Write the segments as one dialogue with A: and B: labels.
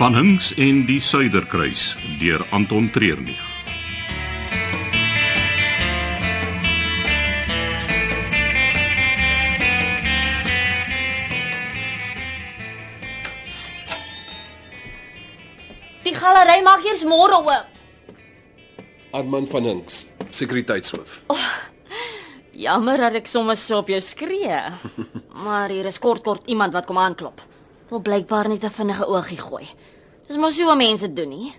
A: Van Hinks en die Suiderkruis deur Anton Treurnig.
B: Die galery maak eers môre oop.
C: Armand van Hinks, sekuriteitshoof.
B: Jammer dat ek sommer so op jou skree. Maar hier is kort kort iemand wat kom aanklop. Wil blykbaar net 'n vinnige oogie gooi. Dis mos hoe mense doen nie.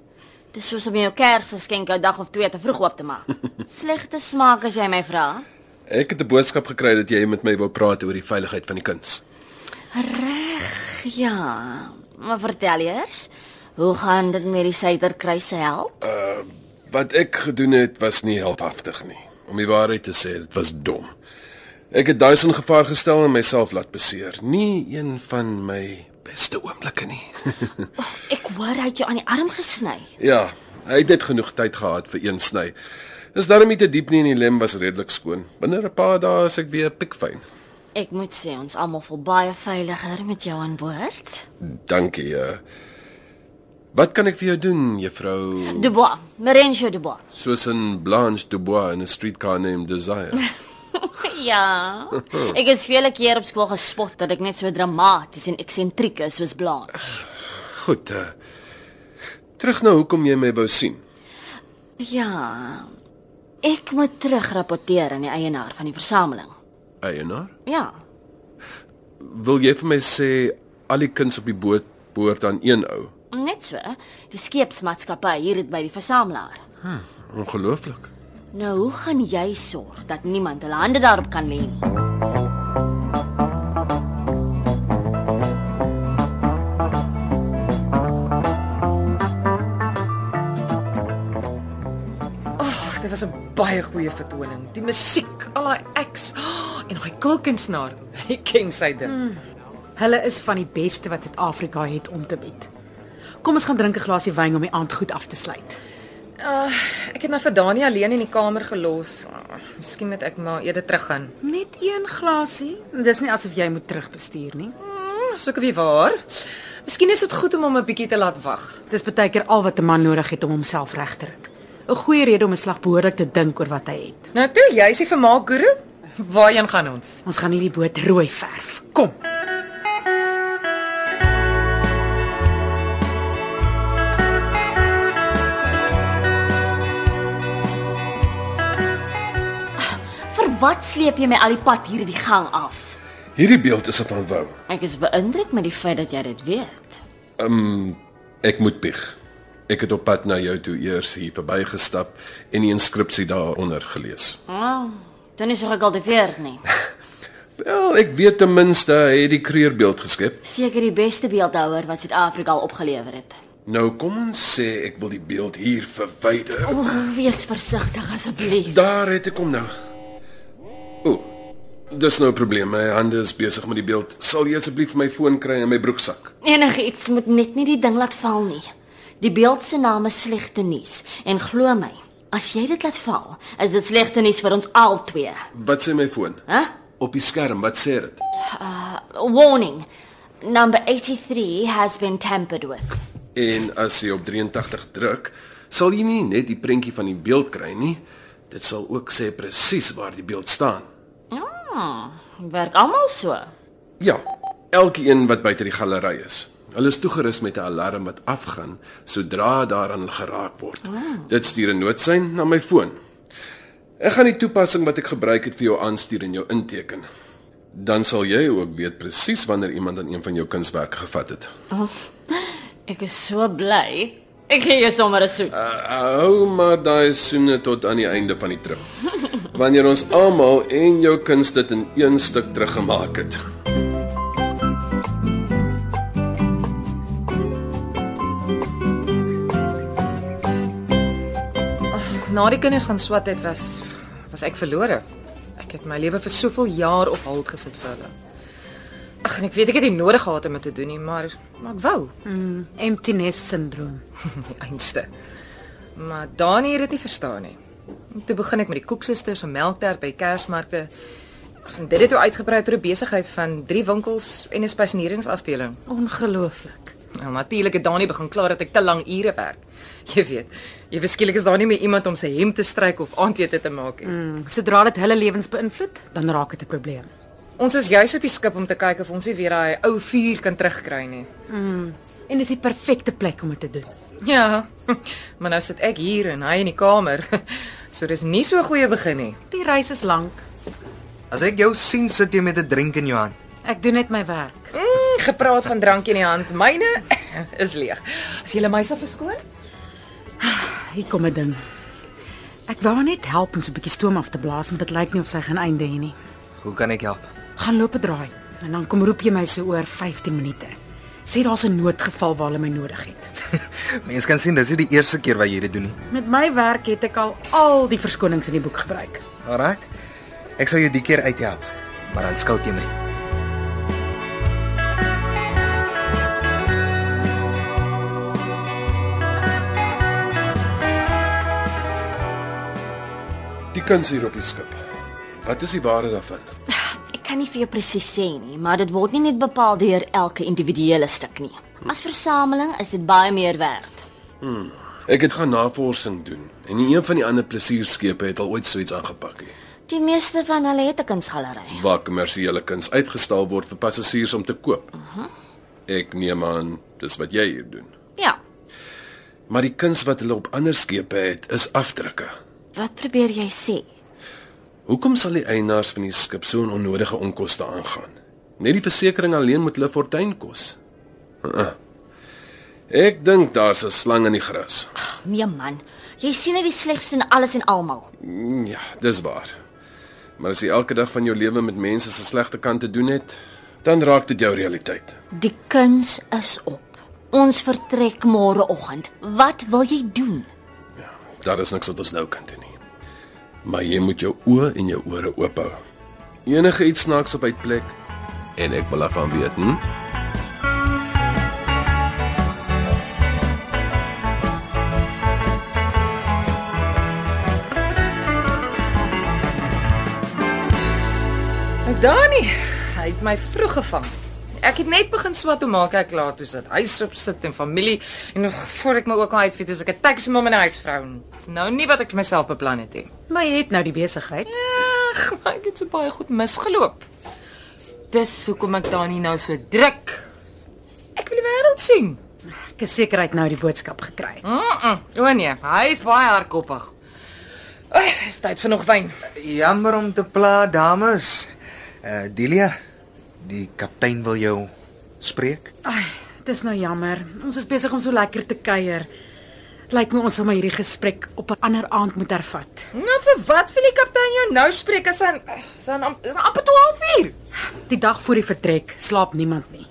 B: Dis soos om jou Kersgeskenk 'n dag of twee te vroeg oop te maak. Slegte smaak as jy my vra.
C: Ek het 'n boodskap gekry dat jy met my wou praat oor die veiligheid van die kuns.
B: Ja, maar vertel eers, hoe gaan dit met die Suiderkruis se help?
C: Wat ek gedoen het was nie helpaftig nie. Om die waarheid te sê, dit was dom. Ek het duisend gevaar gestel en myself laat beseer. Nie een van my beste oomblikke nie.
B: Ek hoor hy het jou aan die arm gesny.
C: ja, hy het net genoeg tyd gehad vir een sny. Dis darem nie te diep nie en die lem was redelik skoon. Binne 'n paar dae is ek weer pikfyn.
B: Ek moet sê ons almal voel baie veiliger met jou aan boord.
C: Dankie. Uh. Wat kan ek vir jou doen, juffrou?
B: Dubois, Marenjo Dubois.
C: soos in Blanche Dubois in 'n streetcar named Desire.
B: Ja. Ek is vele keer op skool gespot dat ek net so dramaties en eksentriek is soos Blanche.
C: Goed. Uh, terug na hoekom jy my wou sien.
B: Ja. Ek moet terugrapporteer aan die eienaar van die versameling.
C: Eienaar,
B: Ja.
C: wil jy vir my sê al die kuns op die boot behoort aan een ou?
B: Net so. Die skeepsmaatskappy hier het by die versamelaar.
C: Ongelooflik.
B: Nou, hoe gaan jy sorg dat niemand hulle hande daarop kan lê nie?
D: Ag, dit was 'n baie goeie vertoning. Die musiek, al daai acts oh, en daai kulkensnaar. Hy ken sy ding.
E: Hulle is van die beste wat Suid-Afrika het om te bied. Kom ons gaan drink 'n glasie wyn om die aand goed af te sluit.
D: Uh, ek het nou vir Dani alleen in die kamer gelos. Uh, miskien moet ek maar eerder teruggaan.
E: Net een glasie. Dis nie asof jy moet terugbestuur nie.
D: Hmm, soek wie waar? Miskien is dit goed om hom 'n bietjie te laat wag.
E: Dis baie keer al wat 'n man nodig het om homself reg te ruk. 'n Goeie rede om 'n slag behoorlik te dink oor wat hy het.
D: Nou toe, jy's die vermaak guru. Waarheen gaan ons?
E: Ons gaan hierdie boot rooi verf. Kom.
B: Vir wat sleep jy my al die pad hier die gang af?
C: Hierdie beeld is van wou.
B: Ek is beïndruk met die feit dat jy dit weet.
C: Ek moet bieg. Ek het op pad na jou toe eers hier verbygestap en die inskripsie daaronder gelees.
B: Nou, oh, dan is ek al te nee. ver nie.
C: Wel, ek weet ten minste hy het die kreurbeeld geskep.
B: Seker die beste beeldhouer wat Suid-Afrika al opgelewer het.
C: Nou kom ons sê ek wil die beeld hier verwyder.
B: O, wees versigtig asseblief.
C: Daar het ek hom nou. O. Dis nou 'n probleem. My hande is besig met die beeld. Sal jy asseblief my foon kry in my broeksak?
B: Enige iets moet net nie die ding laat val nie. Die beeld se naam is slegte nuus en glo my, as jy dit laat val, is dit slegte nuus vir ons albei.
C: Wat sê my foon?
B: Hæ?
C: Op die skerm, wat sê dit?
B: Warning. Number 83 has been tampered with.
C: En as jy op 83 druk, sal jy nie net die prentjie van die beeld kry nie. Dit sal ook sê presies waar die beeld staan.
B: Hmm, werk almal so.
C: Ja, elkeen wat buite die galery is. Hulle is toegerus met 'n alarm wat afgaan sodra daaraan geraak word. Dit stuur 'n noodsein na my foon. Ek gaan die toepassing wat ek gebruik het vir jou aanstuur en jou inteken. Dan sal jy ook weet presies wanneer iemand aan een van jou kunswerke gevat het.
B: Ek is so bly. Ek gee jou sommer 'n soet.
C: Uh, hou maar daai soene tot aan die einde van die trip. Wanneer ons almal en jou kuns dit in een stuk teruggemaak het.
D: Na die kinders gaan swat het was was ek verlore. Ek het my lewe vir soveel jaar op hold gesit vir hulle. Ag, en ek weet ek het dit nodig gehad om dit te doen nie, maar maar ek wou.
E: Mm, emptiness syndroom.
D: die einste. Maar Dani het dit nie verstaan nie. En Toe begin ek met die koeksusters en melktert by die kersmarkte. En dit het toe uitgebrei tot 'n besigheid van drie winkels en 'n spesieringsafdeling.
E: Ongelooflik.
D: Nou natuurlik het Dani begin kla dat ek te lank ure werk. Jy weet, jy verskielik is daar nie meer iemand om sy hemp te stryk of aandete te maak nie. Mm.
E: Mm, Sodra dit hulle lewens beïnvloed, dan raak dit 'n probleem.
D: Ons is juis op die skip om te kyk of ons nie weer daai ou vuur kan terugkry nie.
E: En dis die perfekte plek om dit te doen.
D: Ja. Maar nou sit ek hier en hy in die kamer. So dis nie so 'n goeie begin nie.
E: Die reis is lank.
F: As ek jou sien sit jy met 'n drink in jou hand.
E: Ek doen net my werk.
D: Mm, gepraat van drankie in die hand. Myne is leeg. As jy my sal verskoon?
E: Hier kom 'n ding. Ek wou haar net help om so 'n bietjie stoom af te blaas, maar dit lyk nie of sy gaan einde hê nie.
F: Hoe kan ek help?
E: Gaan loop 'n draai en dan kom roep jy my so oor 15 minute. Sê daar's 'n noodgeval waar hulle my nodig het.
F: Mense kan sien dis nie die eerste keer wat jy dit doen nie.
E: Met my werk het ek al al die verskonings in die boek gebruik.
F: Alraai. Ek sal jou die keer uithelp, maar dan skuld jy my.
C: Die kuns hier op die skip. Wat is die waarde daarvan?
B: Ek kan nie vir jou presies sê nie, maar dit word nie net bepaal deur elke individuele stuk nie. As versameling is dit baie meer werd.
C: Ek het gaan navorsing doen en nie een van die ander plesierskepe het al ooit so iets aangepak nie.
B: Die meeste van hulle het 'n kunsgalery.
C: Waar kommersiële kuns uitgestal word vir passasiers om te koop. Ek neem aan dis wat jy hier doen.
B: Ja.
C: Maar die kuns wat hulle op ander skepe het, is afdrukke.
B: Wat probeer jy sê?
C: Hoekom sal die eienaars van die skip so 'n onnodige onkoste aangaan? Net die versekering alleen moet hulle fortuin kos. Uh-uh. Ek dink daar's 'n slang in die gras.
B: Nee man, jy sien net die slegste in alles en almal.
C: Mm, Ja, dis waar. Maar as jy elke dag van jou lewe met mense se slegte kant te doen het, dan raak dit jou realiteit.
B: Die kuns is op. Ons vertrek môreoggend. Wat wil jy doen?
C: Daar is niks wat ons nou kan doen nie. Maar jy moet jou oë en jou ore oop hou. Enige iets snaaks op uit plek en ek wil daarvan weet. Hm?
D: Dani, hy het my vroeg gevang. Ek het net begin swat om maak ek klaar toe sit. Huis op sit en familie en nog voor ek my ook al uitviet, soos ek 'n taxi met my huisvrou. Dis nou nie wat ek vir myself beplan het nie.
E: Maar jy het nou die besigheid.
D: Ag, maar ek het so baie goed misgeloop. Dis hoekom ek Dani nou so druk. Ek wil die wêreld sien.
E: Ek is seker hy het nou die boodskap gekry.
D: Mm -mm. O nee, hy is baie hardkoppig. Ag, is tyd vir nog wyn.
F: Jammer om te pla, dames. Eh uh, Delia, die kaptein wil jou spreek.
E: Ai, dis nou jammer. Ons is besig om so lekker te kuier. Dit Lyk my ons sal maar hierdie gesprek op 'n ander aand moet hervat.
D: Nou vir wat wil die kaptein jou nou spreek as hy is hy am- is hy amper 12 uur?
E: Die dag voor die vertrek slaap niemand nie.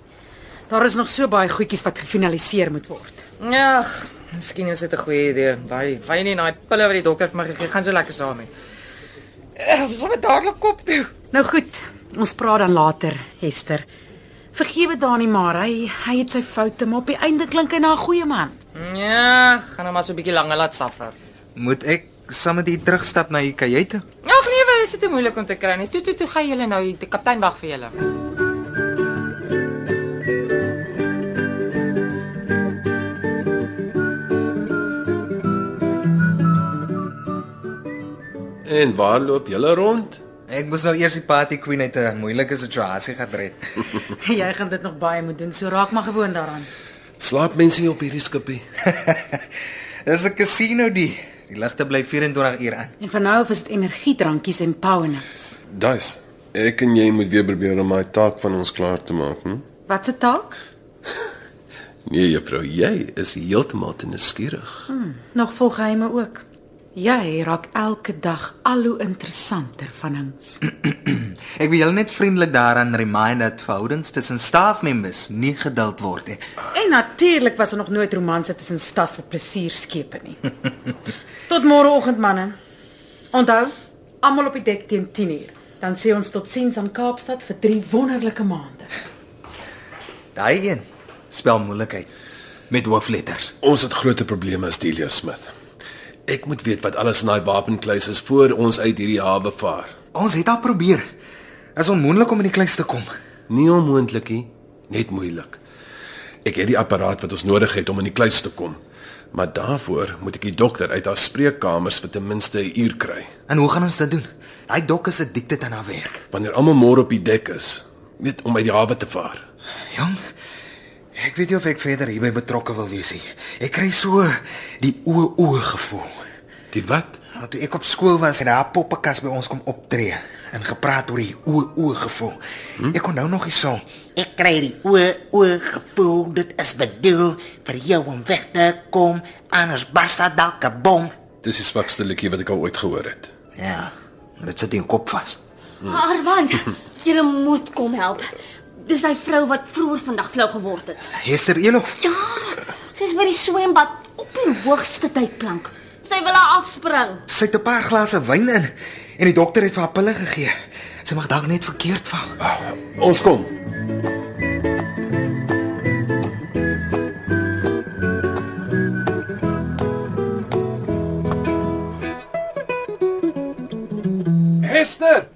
E: Daar is nog so baie goedjies wat gefinaliseer moet word.
D: Ag, miskien is dit 'n goeie idee. Daai wyn en daai pille wat die dokter vir my gegee het, gaan so lekker saam hê. Ek was sommer dadelik kop toe.
E: Nou goed, ons praat dan later, Hester. Vergewe Dani maar, hy hy het sy foute, maar op die einde klink hy na 'n goeie man.
D: Ja, gaan hom maar so 'n bietjie langer laat suffer.
F: Moet ek saam met u terugstap na u kajuit toe?
D: Ag nee, wel is dit te moeilik om te kry nie. Toe toe toe gaan julle nou, die kaptein wag vir julle.
C: En waar loop julle rond?
F: Ek moes nou eers die party queen uit 'n moeilike situasie gaan red.
E: Jy gaan dit nog baie moet doen, so raak maar gewoond daaraan.
C: Slaap mense hier op hierdie skipie?
F: Dis 'n casino die. Die ligte bly 24 uur aan.
E: En van nou af is dit energiedrankies en power naps.
C: Dis. Ek en jy moet weer probeer om my taak van ons klaar te maak, hm?
E: Wat se taak?
C: Nee, juffrou, jy is heeltemal te nuuskierig.
E: Hm, Nog vol geheime ook. Jy raak elke dag al hoe interessanter van ons.
F: Ek wil julle net vriendelik daaraan remind dat verhoudings tussen staafmembers nie geduld word nie.
E: En natuurlik was daar nog nooit romanse tussen staf of plesierskepe nie. tot môreoggend manne. Onthou, almal op die dek teen 10uur. Dan sê ons totsiens aan Kaapstad vir 3 wonderlike maande.
F: Daai een spel moeilikheid met hoofletters.
C: Ons het groot probleme as Delia Smith. Ek moet weet wat alles in daai wapenkluis is voor ons uit hierdie hawe vaar.
F: Ons het al probeer. Is onmoontlik om in die kluis te kom.
C: Nie onmoontlik nie, net moeilik. Ek het die apparaat wat ons nodig het om in die kluis te kom. Maar daarvoor moet ek die dokter uit haar spreekkamers vir ten minste 'n uur kry.
F: En hoe gaan ons dit doen? Hy dok is addicted aan haar werk.
C: Wanneer almal môre op die dek is, net om uit die hawe te vaar.
F: Jong, ek weet nie of ek verder hierby betrokke wil wees nie. Ek kry so die oë oë gevoel.
C: Die wat?
F: Nou, Toe ek op skool was en haar poppekas by ons kom optree en gepraat oor die oë oë gevoel. Hm? Ek onthou nog iets so.
G: Ek kry die o o gevoel dit is bedoel vir jou om weg te kom anders basta dalk 'n bom.
C: Dis die swakste liedjie wat ek al ooit gehoor het.
F: Ja, maar dit sit in jou kop vas.
B: Armand, jy Hmm. moet kom help. Dis daai vrou wat vroeër vandag flou geword het.
F: Hester Elof,
B: Ja, sy's by die swembad op die hoogste duikplank. Sy wil haar afspring.
F: sy het 'n paar glase wyn in en die dokter het vir haar pille gegee. Sy mag dalk net verkeerd val.
C: Ons kom. Hester!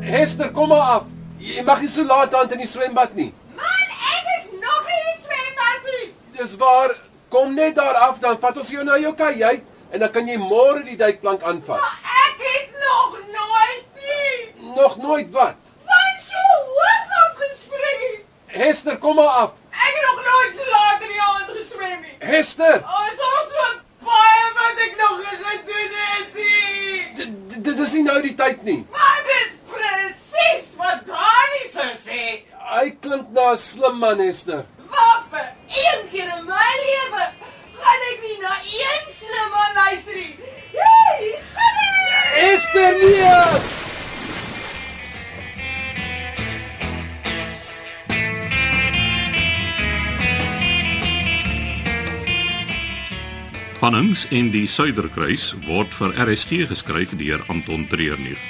C: Hester, kom maar af. Jy mag nie so laat aan in die swembad nie. Man, ek is nog nie in die swembad nie. Dis waar. Kom net daar af dan vat ons jou na jou kajuit en dan kan jy môre die duikplank aanvat.
H: Ek het nog nooit nie
C: Nog nooit wat.
H: van so hoog af gespring.
C: Hester, kom maar af.
H: Ek het nog nooit so laat in die aand geswem nie.
C: Hester!
H: Ons het so baie wat ek nog gedoen het. nie.
C: D- d- Dit is nie nou die tyd nie.
H: Maar dis presies wat Dani sou sê.
C: Hy klink na 'n slim man, Hester.
H: Waffe, een keer in my lewe gaan ek nie na een slim man luister nie. Hey, gaan nie.
C: Hester nee!
A: Vanings en die Suiderkruis word vir RSG geskryf deur Anton Treurnig.